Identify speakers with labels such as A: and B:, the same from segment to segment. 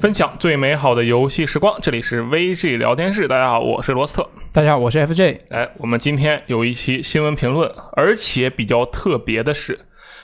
A: 分享最美好的游戏时光，这里是 VG 聊天室。大家好，我是罗斯特。
B: 大家好，我是 FJ。
A: 哎，我们今天有一期新闻评论，而且比较特别的是，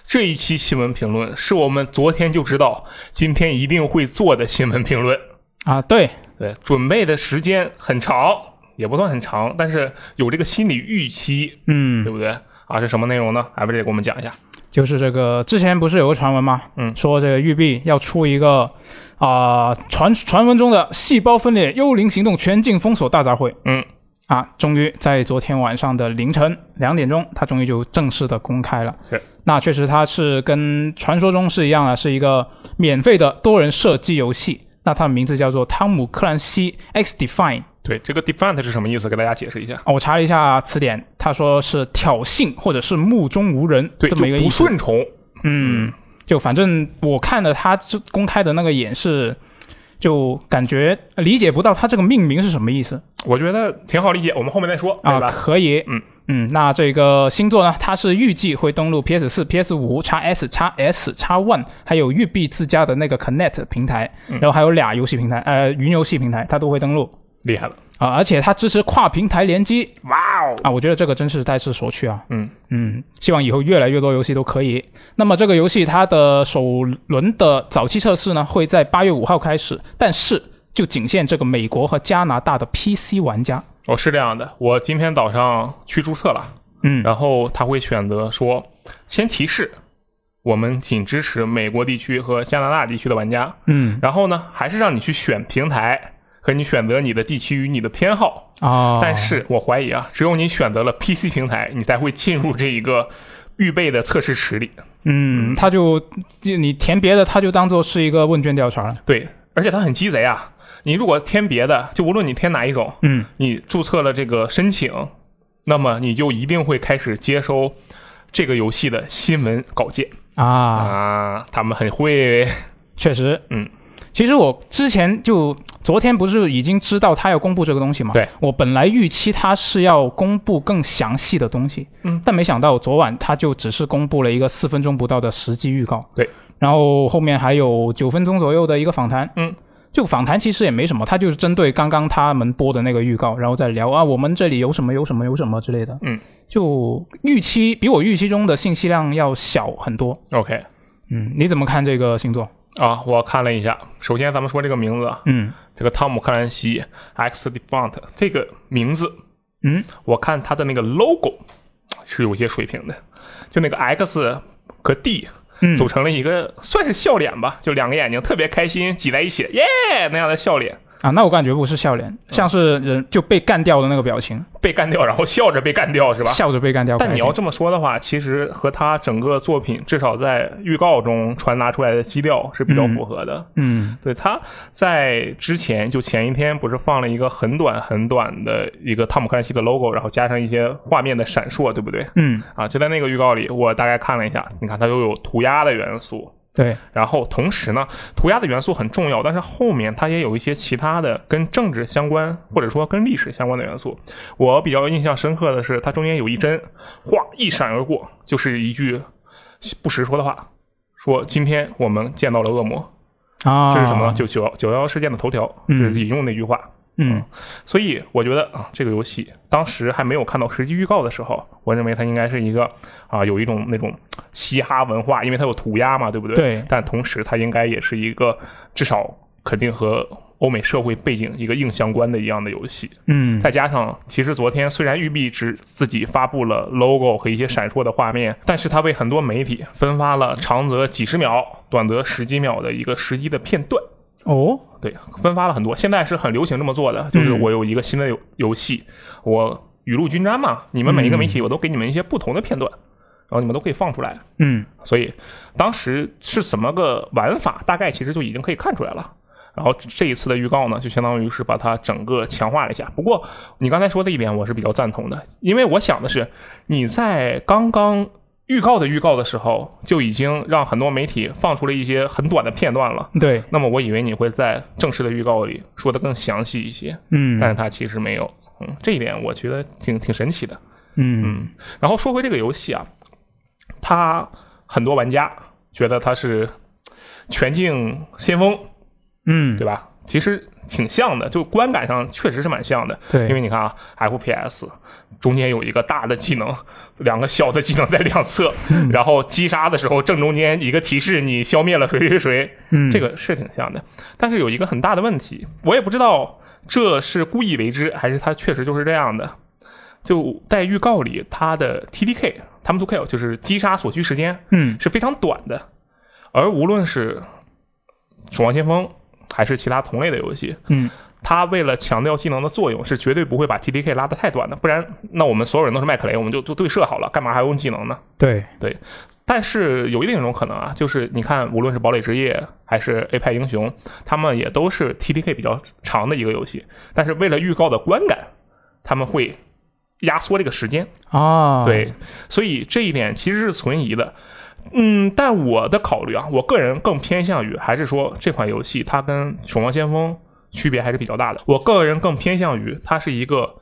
A: 这一期新闻评论是我们昨天就知道今天一定会做的新闻评论。
B: 啊，对，
A: 对，准备的时间很长，也不算很长，但是有这个心理预期，对
B: 嗯，
A: 不对？啊，是什么内容呢？FJ 给我们讲一下。
B: 就是这个之前不是有个传闻吗？
A: 嗯
B: 说这个育碧要出一个啊、传传闻中的细胞分裂幽灵行动全境封锁大杂烩。
A: 嗯，
B: 啊，终于在昨天晚上的凌晨两点钟，它终于就正式的公开了。
A: 是，
B: 那确实它是跟传说中是一样的，是一个免费的多人射击游戏。那它的名字叫做《汤姆克兰西 X Define》。
A: 对，这个 defiant 是什么意思？给大家解释一下。
B: 啊，我查了一下词典，他说是挑衅或者是目中无人
A: 对，
B: 这么一个
A: 就
B: 意
A: 不
B: 思。
A: 顺从。
B: 嗯，就反正我看了他这公开的那个演示，就感觉理解不到他这个命名是什么意思
A: 我觉得挺好理解，我们后面再说，对
B: 啊。
A: 吧？
B: 可以，
A: 嗯
B: 嗯，那这个星座呢，它是预计会登陆 PS 四、PS 五、x S、x S、x One，还有育碧自家的那个 Connect 平台，
A: 嗯
B: 然后还有俩游戏平台，呃，云游戏平台它都会登陆
A: 厉害了，
B: 啊，而且它支持跨平台联机，
A: 哇哦！
B: 啊，我觉得这个真是大势所趋啊。
A: 嗯
B: 嗯，希望以后越来越多游戏都可以。那么这个游戏它的首轮的早期测试呢，会在八月五号开始，但是就仅限这个美国和加拿大的 PC 玩家。
A: 哦，是这样的，我今天早上去注册了，
B: 嗯
A: 然后他会选择说，先提示我们仅支持美国地区和加拿大地区的玩家，
B: 嗯
A: 然后呢，还是让你去选平台。和你选择你的地区与你的偏好，
B: 哦，
A: 但是我怀疑啊，只有你选择了 PC 平台，你才会进入这一个预备的测试池里。
B: 嗯，他就就你填别的，他就当做是一个问卷调查了。
A: 对，而且它很鸡贼啊！你如果添别的，就无论你添哪一种，
B: 嗯
A: 你注册了这个申请，那么你就一定会开始接收这个游戏的新闻稿件
B: 啊，
A: 啊。他们很会，
B: 确实，
A: 嗯，
B: 其实我之前就昨天不是已经知道他要公布这个东西嘛？
A: 对，
B: 我本来预期他是要公布更详细的东西，
A: 嗯，
B: 但没想到昨晚他就只是公布了一个四分钟不到的实际预告，
A: 对，
B: 然后后面还有九分钟左右的一个访谈，
A: 嗯。
B: 就访谈其实也没什么，他就是针对刚刚他们播的那个预告，然后再聊啊，我们这里有什么有什么有什么之类的。
A: 嗯，
B: 就预期比我预期中的信息量要小很多。
A: OK
B: 嗯，你怎么看这个星座？
A: 啊，我看了一下，首先咱们说这个名字啊，
B: 嗯
A: 这个汤姆克兰西 X Defunct 这个名字，
B: 嗯，
A: 我看它的那个 logo 是有一些水平的，就那个 X 和 D
B: 嗯，
A: 组成了一个算是笑脸吧，就两个眼睛特别开心挤在一起，耶那样的笑脸，
B: 啊，那我感觉不是笑脸，像是人就被干掉的那个表情，
A: 被干掉，然后笑着被干掉是吧？
B: 笑着被干掉。
A: 但你要
B: 开心
A: 这么说的话，其实和他整个作品至少在预告中传达出来的基调是比较符合的。
B: 嗯
A: 对，他在之前就前一天不是放了一个很短很短的一个汤姆克兰西的 logo，然后加上一些画面的闪烁，对不对？
B: 嗯，
A: 啊，就在那个预告里，我大概看了一下，你看它又有涂鸦的元素，
B: 对，
A: 然后同时呢，涂鸦的元素很重要，但是后面它也有一些其他的跟政治相关，或者说跟历史相关的元素。我比较印象深刻的是，它中间有一帧，哗一闪而过，就是一句不实说的话，说今天我们见到了恶魔，
B: 啊，
A: 这是什么呢？？就九九幺幺事件的头条，这
B: 嗯
A: 是引用那句话。
B: 嗯
A: 所以我觉得啊，这个游戏当时还没有看到实际预告的时候，我认为它应该是一个啊，有一种那种嘻哈文化，因为它有涂鸦嘛，对不对？
B: 对
A: 但同时，它应该也是一个至少肯定和欧美社会背景一个硬相关的一样的游戏。
B: 嗯
A: 再加上，其实昨天虽然育碧只自己发布了 logo 和一些闪烁的画面，但是它为很多媒体分发了长则几十秒、短则十几秒的一个实际的片段。
B: 哦
A: 对，分发了很多，现在是很流行这么做的，就是我有一个新的游游戏，我雨露均沾嘛，你们每一个媒体我都给你们一些不同的片段，然后你们都可以放出来。
B: 嗯
A: 所以当时是怎么个玩法，大概其实就已经可以看出来了。然后这一次的预告呢，就相当于是把它整个强化了一下。不过你刚才说的一点，我是比较赞同的，因为我想的是你在刚刚预告的预告的时候，就已经让很多媒体放出了一些很短的片段了。
B: 对
A: 那么我以为你会在正式的预告里说的更详细一些，
B: 嗯
A: 但是它其实没有。嗯，这一点我觉得挺挺神奇的。
B: 嗯
A: 嗯，然后说回这个游戏啊，它很多玩家觉得它是全境先锋，
B: 嗯
A: 对吧？其实挺像的，就观感上确实是蛮像的。
B: 对
A: 因为你看啊，FPS 中间有一个大的技能，两个小的技能在两侧，
B: 嗯
A: 然后击杀的时候正中间一个提示你消灭了谁谁谁，
B: 嗯
A: 这个是挺像的。但是有一个很大的问题，我也不知道这是故意为之，还是它确实就是这样的。就在预告里，它的 TDK time to kill 就是击杀所需时间
B: 嗯
A: 是非常短的，而无论是《守望先锋》还是其他同类的游戏，
B: 嗯
A: 它为了强调性能的作用，是绝对不会把 TDK 拉得太短的，不然那我们所有人都是麦克雷，我们就就对射好了，干嘛还用技能呢？
B: 对
A: 但是有另一种可能啊，就是你看，无论是堡垒之夜还是 A E 派英雄，他们也都是 TDK 比较长的一个游戏，但是为了预告的观感，他们会压缩这个时间。
B: 啊
A: 对，所以这一点其实是存疑的。嗯，但我的考虑啊，我个人更偏向于还是说这款游戏它跟《守望先锋》区别还是比较大的。我个人更偏向于它是一个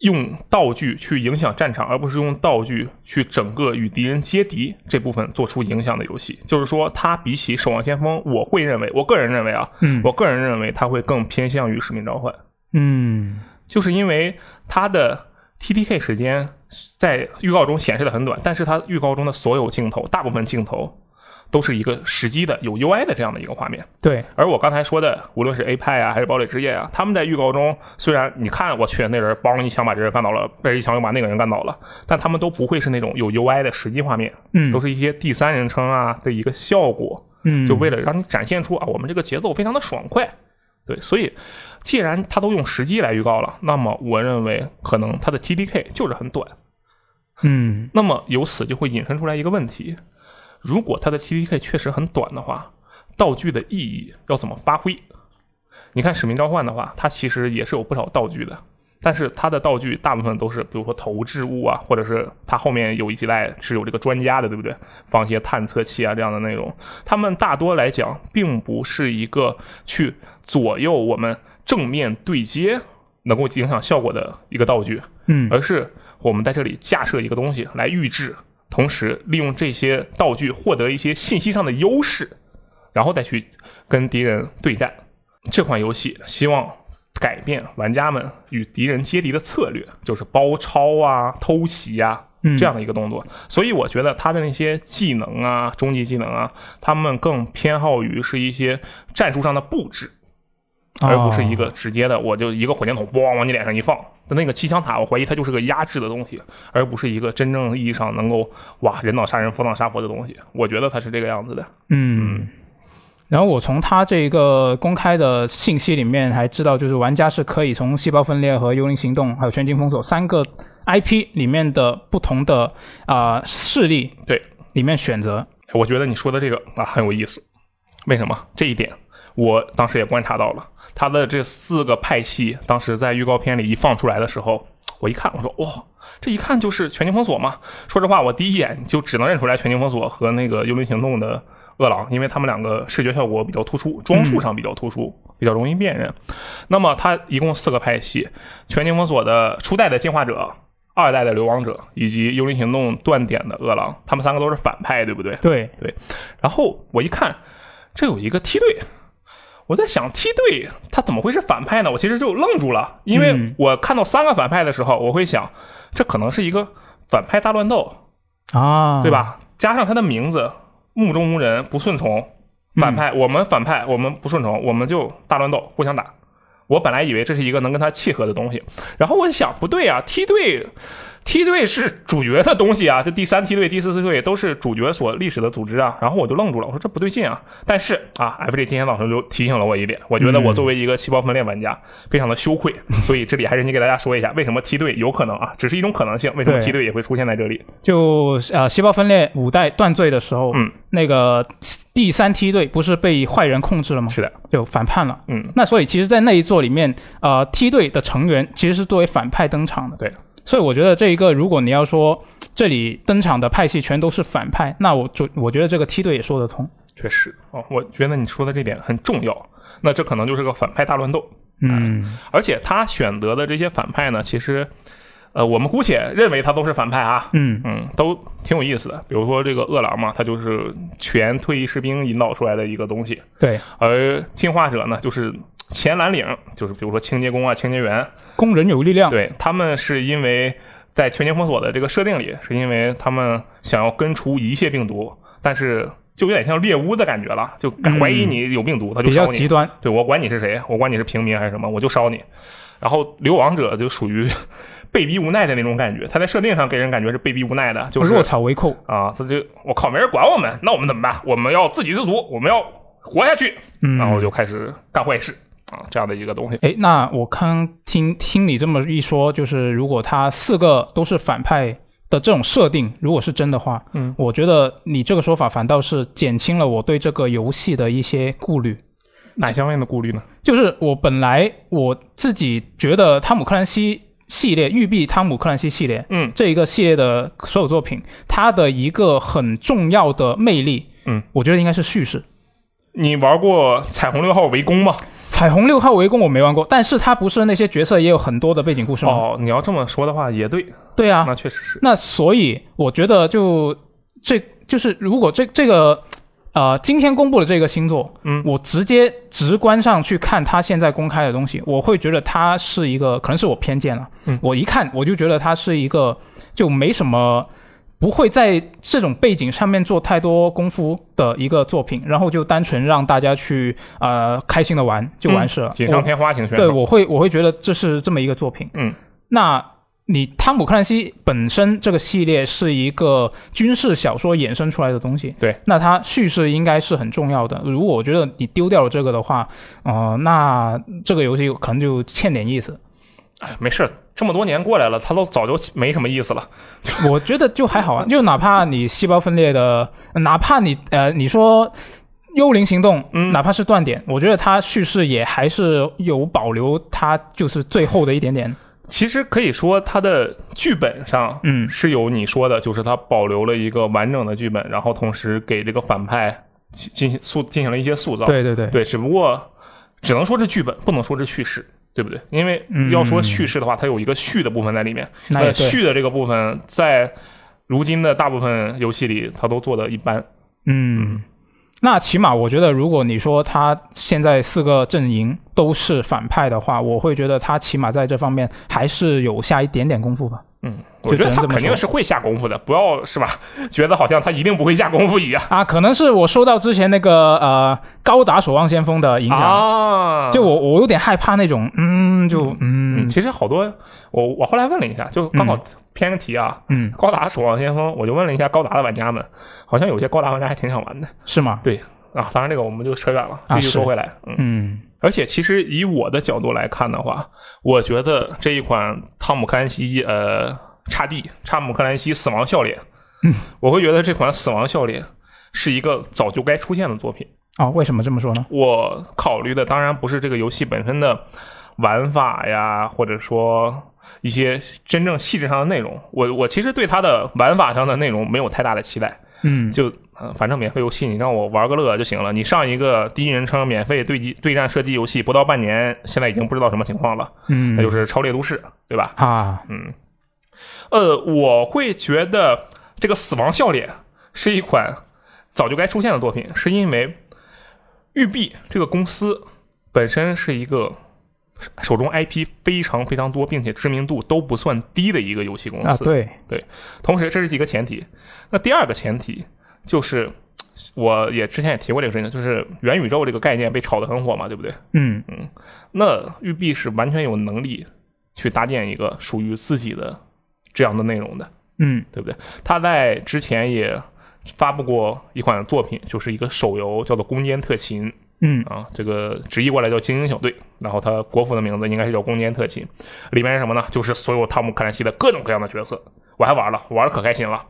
A: 用道具去影响战场，而不是用道具去整个与敌人接敌这部分做出影响的游戏。就是说，它比起《守望先锋》，我会认为，我个人认为啊，
B: 嗯
A: 我个人认为它会更偏向于《使命召唤》。
B: 嗯
A: 就是因为它的 TDK 时间在预告中显示的很短，但是它预告中的所有镜头，大部分镜头都是一个实际的有 UI 的这样的一个画面。
B: 对
A: 而我刚才说的，无论是 A 派啊，还是堡垒之夜啊，他们在预告中虽然你看我去那人帮一枪把这人干倒了，被一枪又把那个人干倒了，但他们都不会是那种有 UI 的实际画面，
B: 嗯
A: 都是一些第三人称啊的一个效果。
B: 嗯
A: 就为了让你展现出啊，我们这个节奏非常的爽快。对，所以既然它都用时机来预告了，那么我认为可能它的 TDK 就是很短。
B: 嗯
A: 那么由此就会引申出来一个问题：如果它的 TDK 确实很短的话，道具的意义要怎么发挥？你看《使命召唤》的话，它其实也是有不少道具的，但是它的道具大部分都是，比如说投掷物啊，或者是它后面有一几代是有这个专家的，对不对？放一些探测器啊这样的内容，他们大多来讲并不是一个去左右我们正面对接能够影响效果的一个道具。
B: 嗯
A: 而是我们在这里架设一个东西来预制，同时利用这些道具获得一些信息上的优势，然后再去跟敌人对战。这款游戏希望改变玩家们与敌人接敌的策略，就是包抄啊、偷袭啊
B: 嗯
A: 这样的一个动作。所以我觉得他的那些技能啊、终极技能啊，他们更偏好于是一些战术上的布置。而
B: 哦
A: 不是一个直接的，我就一个火箭筒咣往你脸上一放。那个气枪塔，我怀疑它就是个压制的东西，而不是一个真正意义上能够哇人脑杀人、佛脑杀佛的东西。我觉得它是这个样子的。
B: 嗯，然后我从他这个公开的信息里面还知道，就是玩家是可以从《细胞分裂》和《幽灵行动》还有《全境封锁》三个 IP 里面的不同的啊、呃势力
A: 对
B: 里面选择。
A: 我觉得你说的这个啊很有意思，为什么？这一点我当时也观察到了，它的这四个派系当时在预告片里一放出来的时候，我一看，我说哇、这一看就是全境封锁嘛。说实话，我第一眼就只能认出来全境封锁和那个幽灵行动的饿狼，因为他们两个视觉效果比较突出，装束上比较突出，比较容易辨认。那么它一共四个派系：全境封锁的初代的进化者、二代的流亡者，以及幽灵行动断点的饿狼，他们三个都是反派，对不对？
B: 对，
A: 然后我一看，这有一个梯队，我在想梯队他怎么会是反派呢？我其实就愣住了，因为
B: 嗯
A: 我看到三个反派的时候，我会想，这可能是一个反派大乱斗，
B: 啊，
A: 对？吧？加上他的名字目中无人，不顺从，
B: 嗯
A: 反派，我们反派，我们不顺从，我们就大乱斗，互相打。我本来以为这是一个能跟他契合的东西，然后我就想，不对啊，梯队，梯队是主角的东西啊，这第三梯队、第四梯队都是主角所历史的组织啊。然后我就愣住了，我说这不对劲啊。但是啊，FJ 今天早上就提醒了我一点，我
B: 嗯
A: 觉得我作为一个细胞分裂玩家，非常的羞愧，所以这里还是你给大家说一下，为什么梯队有可能啊，只是一种可能性，为什么
B: 对
A: 梯队也会出现在这里？
B: 就呃，细胞分裂五代断罪的时候，
A: 嗯，
B: 那个第三梯队不是被坏人控制了吗？
A: 是的，
B: 就反叛了。
A: 嗯，
B: 那所以其实，在那一座里面，呃，梯队的成员其实是作为反派登场的。
A: 对，
B: 所以我觉得这一个，如果你要说这里登场的派系全都是反派，那我就我觉得这个梯队也说得通。
A: 确实哦，我觉得你说的这点很重要。那这可能就是个反派大乱斗，
B: 嗯
A: 而且他选择的这些反派呢，其实呃，我们姑且认为他都是反派啊，
B: 嗯，
A: 嗯，都挺有意思的。比如说这个饿狼嘛，他就是全退役士兵引导出来的一个东西，
B: 对，
A: 而进化者呢，就是前蓝领，就是比如说清洁工啊、清洁员，
B: 工人有力量，
A: 对啊他们是因为在全境封锁的这个设定里，是因为他们想要根除一切病毒，但是就有点像猎巫的感觉了，就怀疑你有病毒，他就
B: 比
A: 烧
B: 较
A: 你。
B: 极端，
A: 对我管你是谁，我管你是平民还是什么，我就烧你。然后流亡者就属于被逼无奈的那种感觉，他在设定上给人感觉是被逼无奈的，就是
B: 落草为寇，
A: 啊，他就我靠，没人管我们，那我们怎么办？我们要自给自足，我们要活下去，
B: 嗯，
A: 然后就开始干坏事啊，这样的一个东西。
B: 哎，那我刚听听你这么一说，就是如果他四个都是反派的这种设定，如果是真的话，
A: 嗯，
B: 我觉得你这个说法反倒是减轻了我对这个游戏的一些顾虑。
A: 哪方面的顾虑呢？
B: 就是我本来我自己觉得汤姆克兰西系列，育碧汤姆克兰西系列
A: 嗯
B: 这一个系列的所有作品，它的一个很重要的魅力，
A: 嗯，
B: 我觉得应该是叙事。
A: 你玩过《彩虹六号：围攻》吗？
B: 彩虹六号围攻我没玩过，但是它不是那些角色也有很多的背景故事吗？
A: 哦，你要这么说的话也对，
B: 对啊，
A: 那确实是。
B: 那所以我觉得就这就是如果这这个呃今天公布的这个星座，
A: 嗯
B: 我直接直观上去看它现在公开的东西，我会觉得它是一个可能是我偏见了，
A: 嗯
B: 我一看我就觉得它是一个就没什么。不会在这种背景上面做太多功夫的一个作品，然后就单纯让大家去呃开心的玩
A: 嗯
B: 就完事了。
A: 锦
B: 我
A: 上添花，请选
B: 对，
A: 手。
B: 我会我会觉得这是这么一个作品。
A: 嗯，
B: 那你汤姆克兰西本身这个系列是一个军事小说衍生出来的东西，
A: 对，
B: 那它叙事应该是很重要的。如果我觉得你丢掉了这个的话，呃，那这个游戏可能就欠点 意思。
A: 哎没事儿，这么多年过来了，他都早就没什么意思了。
B: 我觉得就还好啊，就哪怕你细胞分裂的，哪怕你呃你说。幽灵行动，
A: 嗯
B: 哪怕是断点，我觉得它叙事也还是有保留，它就是最后的一点点，
A: 其实可以说，他的剧本上
B: 嗯，
A: 是有你说的，就是他保留了一个完整的剧本，然后同时给这个反派进进行塑进行了一些塑造。
B: 对对对，
A: 对，只不过只能说是剧本，不能说是叙事，对不对？因为
B: 嗯
A: 要说叙事的话，它有一个序的部分在里面。
B: 那也
A: 呃，
B: 对，
A: 序的这个部分，在如今的大部分游戏里，它都做的一般。
B: 嗯，那起码我觉得，如果你说他现在四个阵营都是反派的话，我会觉得他起码在这方面还是有下一点点功夫吧。
A: 嗯，
B: 就
A: 我觉
B: 只
A: 得
B: 能
A: 他
B: 这么
A: 肯定
B: 说
A: 是会下功夫的，不要是吧？觉得好像他一定不会下功夫一样
B: 啊，可能是我收到之前那个呃《高达守望先锋》的影响，
A: 啊
B: 就我我有点害怕那种，嗯，就
A: 嗯，
B: 嗯
A: 其实好多我我后来问了一下，就刚好偏个题啊。
B: 嗯
A: 高达守望先锋，我就问了一下高达的玩家们，好像有些高达玩家还挺想玩的
B: 是吗？
A: 啊。当然，这个我们就扯远了，继
B: 啊
A: 续说
B: 是
A: 回来。嗯，
B: 嗯
A: 而且，其实以我的角度来看的话，我觉得这一款汤姆克兰西呃叉 D 汤姆克兰西死亡笑脸，嗯，我会觉得这款死亡笑脸是一个早就该出现的作品。
B: 哦，为什么这么说呢？
A: 我考虑的当然不是这个游戏本身的玩法呀，或者说一些真正细致上的内容。我我其实对它的玩法上的内容没有太大的期待，
B: 嗯
A: 就呃反正免费游戏，你让我玩个乐就行了。你上一个第一人称免费对机对战射击游戏不到半年，现在已经不知道什么情况了，
B: 嗯，
A: 那就是《超猎都市》，对吧？
B: 啊，
A: 嗯，呃，我会觉得这个《死亡笑脸》是一款早就该出现的作品，是因为育碧这个公司本身是一个手中 IP 非常非常多，并且知名度都不算低的一个游戏公
B: 啊
A: 司。
B: 对，
A: 同时，这是一个前提。那第二个前提就是，我也之前也提过这个事情，就是元宇宙这个概念被炒得很火嘛，对不对？
B: 嗯
A: 那育碧是完全有能力去搭建一个属于自己的这样的内容的，
B: 嗯
A: 对不对？他在之前也发布过一款作品，就是一个手游，叫做《攻坚特勤》。
B: 嗯
A: 啊，这个直译过来叫精英小队，然后它国服的名字应该是叫攻坚特勤。里面是什么呢？就是所有汤姆克兰西的各种各样的角色，我还玩了，玩的可开心了。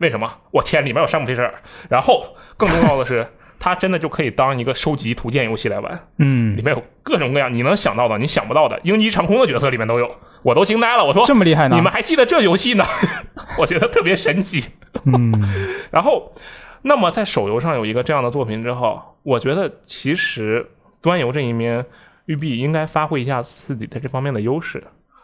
A: 为什么？我天，里面有山姆皮舍尔。然后更重要的是，它真的就可以当一个收集图鉴游戏来玩，里
B: 嗯，
A: 面有各种各样你能想到的、你想不到的，鹰击长空的角色里面都有，我都惊呆了。我说
B: 这么厉害呢？
A: 你们还记得这游戏呢？ 我觉得特别神奇。
B: 嗯
A: 然后，那么在手游上有一个这样的作品之后，我觉得其实端游这一面，育碧应该发挥一下自己的这方面的优势。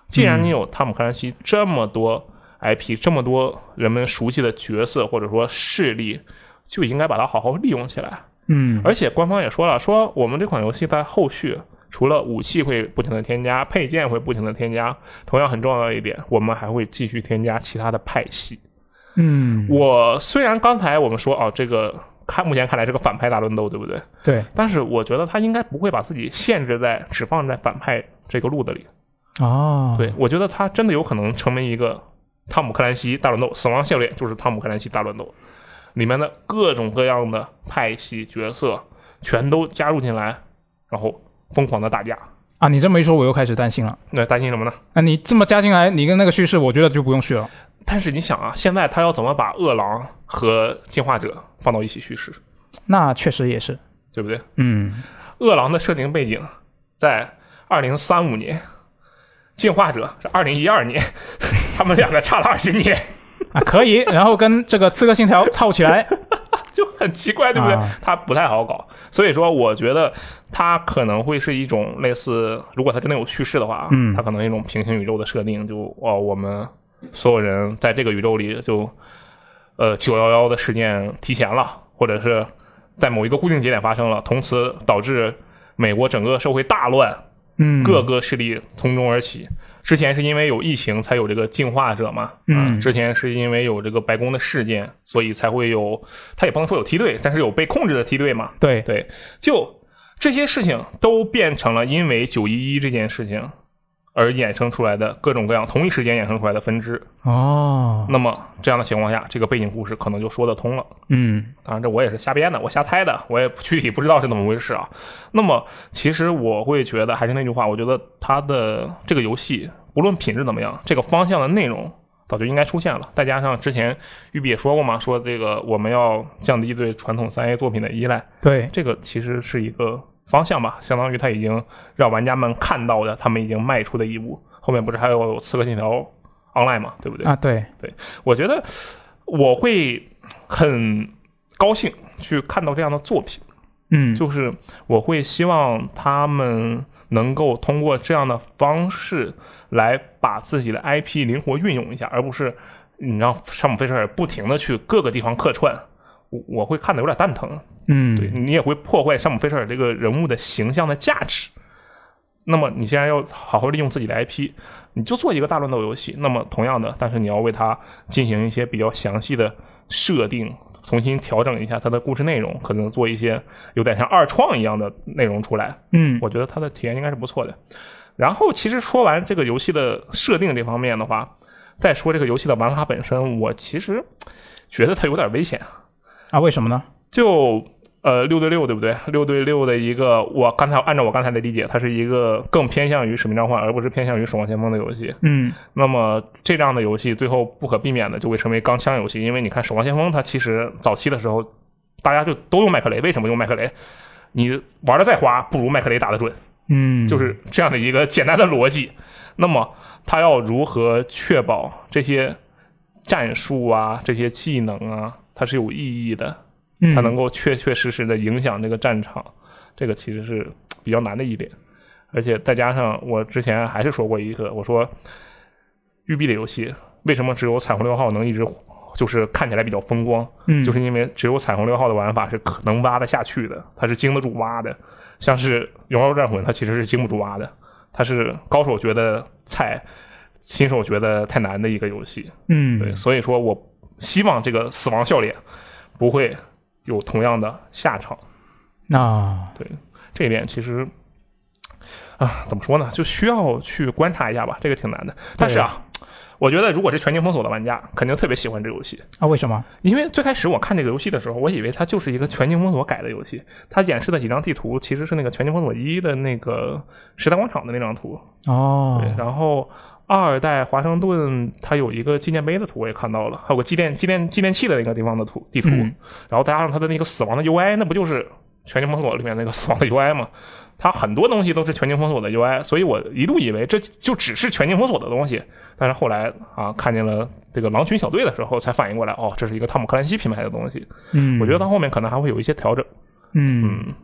A: 既然你有汤姆克兰西这么多 IP，、这么多人们熟悉的角色或者说势力，就应该把它好好利用起来。
B: 嗯，
A: 而且官方也说了，说我们这款游戏在后续除了武器会不停的添加，配件会不停的添加，同样很重要的一点，我们还会继续添加其他的派系。
B: 嗯，
A: 我虽然刚才我们说哦，这个看目前看来是个反派大乱斗，对不对？
B: 对
A: 但是我觉得他应该不会把自己限制在只放在反派这个路子里。
B: 哦，
A: 对，我觉得他真的有可能成为一个汤姆克兰西大乱斗，死亡系列就是汤姆克兰西大乱斗里面的各种各样的派系角色全都加入进来，然后疯狂的打架。
B: 啊，你这么一说，我又开始担心了。
A: 那担心什么呢？
B: 啊，你这么加进来，你跟那个叙事，我觉得就不用续了。
A: 但是你想啊，现在他要怎么把饿狼和进化者放到一起叙事，
B: 那确实也是，
A: 对不对？
B: 嗯，
A: 饿狼的设定背景在二零三五年，进化者是二零一二年， 他们两个差了二十年。
B: 啊，可以，然后跟这个《刺客信条》套 起来，
A: 就很奇怪，对不对
B: 啊？
A: 它不太好搞，所以说我觉得它可能会是一种类似，如果它真的有叙事的话，
B: 嗯
A: 它可能一种平行宇宙的设定，就哦，我们所有人在这个宇宙里就呃九幺幺的事件提前了，或者是在某一个固定节点发生了，同时导致美国整个社会大乱，
B: 嗯，
A: 各个势力从中而起。之前是因为有疫情才有这个进化者嘛，
B: 嗯
A: 啊之前是因为有这个白宫的事件，所以才会有，他也不能说有梯队，但是有被控制的梯队嘛，
B: 对，
A: 对，就这些事情都变成了因为九一一这件事情而衍生出来的各种各样同一时间衍生出来的分支。
B: 哦，
A: 那么这样的情况下，这个背景故事可能就说得通了。
B: 嗯
A: 当然，这我也是瞎编的，我瞎猜的，我也具体不 知道是怎么回事啊。那么，其实我会觉得，还是那句话，我觉得它的这个游戏，不论品质怎么样，这个方向的内容早就应该出现了。再加上之前玉碧也说过嘛，说这个我们要降低对传统三 A 作品的依赖，
B: 对，
A: 这个其实是一个方向吧，相当于它已经让玩家们看到的，他们已经迈出的一步。后面不是还有《刺客信条 Online》嘛，对不对？
B: 啊对，
A: 我觉得我会很高兴去看到这样的作品，
B: 嗯，
A: 就是我会希望他们能够通过这样的方式来把自己的 IP 灵活运用一下，而不是你让山姆·费舍尔不停的去各个地方客串。我我会看的有点蛋疼，
B: 嗯
A: 对你也会破坏山姆·菲舍尔这个人物的形象的价值。那么你既然要好好利用自己的 IP，你就做一个大乱斗游戏。那么同样的，但是你要为它进行一些比较详细的设定，重新调整一下它的故事内容，可能做一些有点像二创一样的内容出来。
B: 嗯
A: 我觉得它的体验应该是不错的。然后其实说完这个游戏的设定这方面的话，再说这个游戏的玩法本身，我其实觉得它有点危险。
B: 啊，为什么呢？
A: 就呃六对六对不对？六对六的一个，我刚才按照我刚才的理解，它是一个更偏向于使命召唤，而不是偏向于守望先锋的游戏。
B: 嗯
A: 那么这样的游戏最后不可避免的就会成为钢枪游戏，因为你看守望先锋它其实早期的时候大家就都用麦克雷，为什么用麦克雷？你玩的再花，不如麦克雷打得准。
B: 嗯，
A: 就是这样的一个简单的逻辑。那么，他要如何确保这些战术啊、这些技能啊，它是有意义的，
B: 嗯
A: 它能够确确实实的影响这个战场，这个其实是比较难的一点。而且再加上我之前还是说过一个，我说育碧的游戏为什么只有彩虹六号能一直就是看起来比较风光，
B: 嗯
A: 就是因为只有彩虹六号的玩法是可能挖得下去的，它是经得住挖的。像是《荣耀战魂》，它其实是经不住挖的，它是高手觉得菜，新手觉得太难的一个游戏。
B: 嗯
A: 对，所以说我希望这个死亡笑脸不会有同样的下场。
B: 啊
A: 对这一点，其实啊，怎么说呢，就需要去观察一下吧，这个挺难的。但是啊，我觉得如果是全境封锁的玩家，肯定特别喜欢这个游戏，
B: 啊为什么？
A: 因为最开始我看这个游戏的时候，我以为它就是一个全境封锁改的游戏，它演示的几张地图其实是那个全境封锁一的那个时代广场的那张图，
B: 哦
A: 对，然后二代华盛顿它有一个纪念碑的图，我也看到了，还有个纪念纪念纪念器的那个地方的图地图，
B: 嗯
A: 然后再加上它的那个死亡的 UI，那不就是《全境封锁》里面那个死亡的 UI 吗？它很多东西都是《全境封锁》的 UI，所以我一度以为这就只是《全境封锁》的东西，但是后来啊，看见了这个狼群小队的时候，才反应过来，哦，这是一个汤姆克兰西品牌的东西。
B: 嗯，
A: 我觉得到后面可能还会有一些调整。
B: 嗯，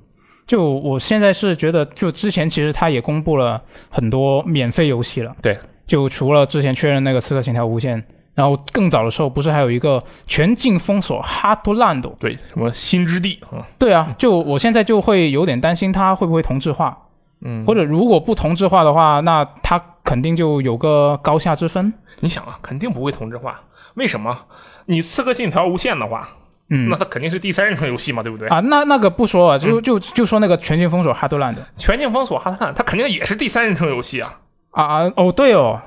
B: 就我现在是觉得，就之前其实他也公布了很多免费游戏了，
A: 对，
B: 就除了之前确认那个《刺客信条：无限》，然后更早的时候不是还有一个全境封锁《哈杜兰多》？
A: 对，什么新之地啊，
B: 对啊，就我现在就会有点担心它会不会同质化，
A: 嗯，
B: 或者如果不同质化的话，那它肯定就有个高下之分。
A: 你想啊，肯定不会同质化，为什么？啊你《刺客信条：无限》的话，
B: 嗯
A: 那嗯它肯定是第三人称游戏嘛，对不对？
B: 啊，那那个不说啊，就就就说那个全境封锁《哈杜兰多》
A: 全境封锁哈特兰，它肯定也是第三人称游戏啊，
B: 啊啊哦，对哦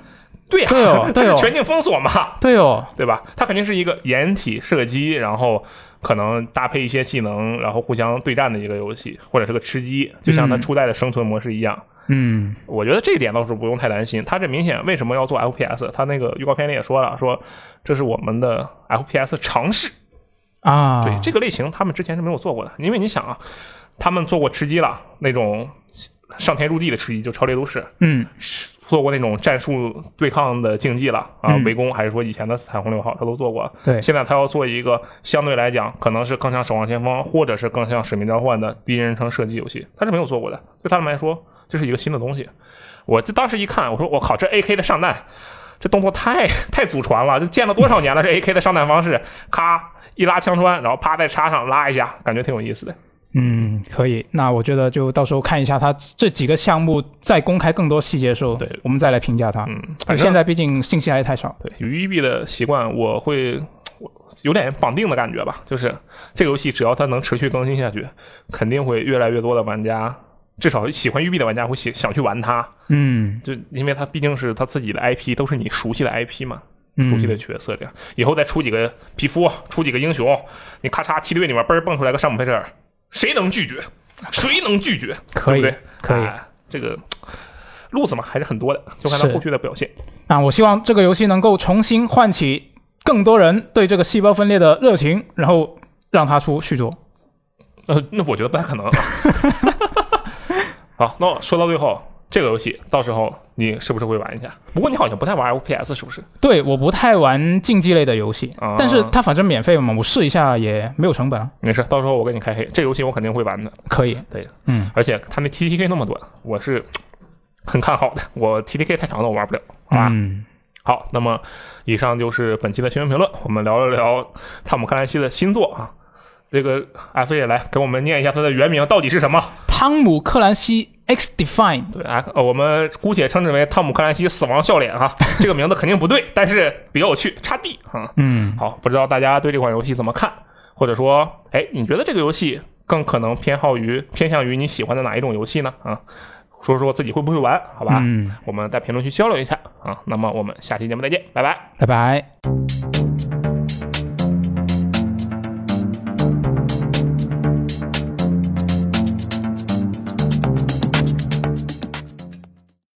A: 对呀、
B: 对哦
A: 它
B: 对
A: 是
B: 哦
A: 全境封锁嘛，
B: 对哦，
A: 对吧？它肯定是一个掩体射击，然后可能搭配一些技能，然后互相对战的一个游戏，或者是个吃鸡，就像它
B: 嗯
A: 初代的生存模式一样。
B: 嗯
A: 我觉得这一点倒是不用太担心。它这明显为什么要做 FPS？它那个预告片里也说了，说这是我们的 FPS 尝试。
B: 啊，
A: 对这个类型，他们之前是没有做过的，因为你想啊，他们做过吃鸡了，那种上天入地的吃鸡，就超猎都市，
B: 嗯
A: 做过那种战术对抗的竞技了啊，
B: 嗯
A: 围攻还是说以前的彩虹六号，他都做过。
B: 对
A: 现在他要做一个相对来讲可能是更像守望先锋，或者是更像使命召唤的第一人称射击游戏，他是没有做过的。对他们来说，这是一个新的东西。我这当时一看，我说我靠，这 AK 的上弹，这动作太太祖传了，这见了多少年了？这 AK 的上弹方式，咔一拉枪栓，然后啪在插上拉一下，感觉挺有意思的。
B: 嗯，可以。那我觉得就到时候看一下它这几个项目再公开更多细节的时候，
A: 对
B: 我们再来评价它。
A: 嗯，
B: 而
A: 反正
B: 现在毕竟信息还是太少。
A: 对，有育碧的习惯，我会我有点绑定的感觉吧，就是这个游戏只要它能持续更新下去，肯定会越来越多的玩家，至少喜欢育碧的玩家会想想去玩它，
B: 嗯，
A: 就因为它毕竟是它自己的 IP，都是你熟悉的 IP 嘛，
B: 嗯
A: 熟悉的角色这样，以后再出几个皮肤，出几个英雄，你咔嚓梯队里面嘣儿蹦出来个山姆佩舍尔，谁能拒绝？谁能拒绝？
B: 可以
A: 对不对
B: 可以。
A: 哎这个路子嘛还是很多的，就看它
B: 是
A: 后续的表现。
B: 啊，我希望这个游戏能够重新唤起更多人对这个细胞分裂的热情，然后让它出续作。
A: 呃，那我觉得不太可能。 好，那我说到最后，这个游戏到时候你是不是会玩一下？不过你好像不太玩 FPS，是不是？
B: 对，我不太玩竞技类的游戏，
A: 啊
B: 但是它反正免费嘛，我试一下也没有成本啊，
A: 没事，到时候我给你开黑。这游戏我肯定会玩的，
B: 可以。
A: 对，
B: 嗯
A: 而且它那 TTK 那么短，我是很看好的。我 TTK 太长了，我玩不了，好吧？
B: 嗯，
A: 好，那么以上就是本期的新闻评论，我们聊了聊汤姆克兰西的新作啊。这个 F 也来给我们念一下它的原名到底是什么？
B: 汤姆克兰西 X Define
A: 对啊，呃我们姑且称之为汤姆·克兰西死亡笑脸哈，这个名字肯定不对，但是比较有趣，叉 D 啊、
B: 嗯，
A: 好，不知道大家对这款游戏怎么看，或者说，哎，你觉得这个游戏更可能偏好于偏向于你喜欢的哪一种游戏呢？啊，说说自己会不会玩，好吧？
B: 嗯，
A: 我们在评论区交流一下啊。那么我们下期节目再见，拜拜。
B: 拜拜。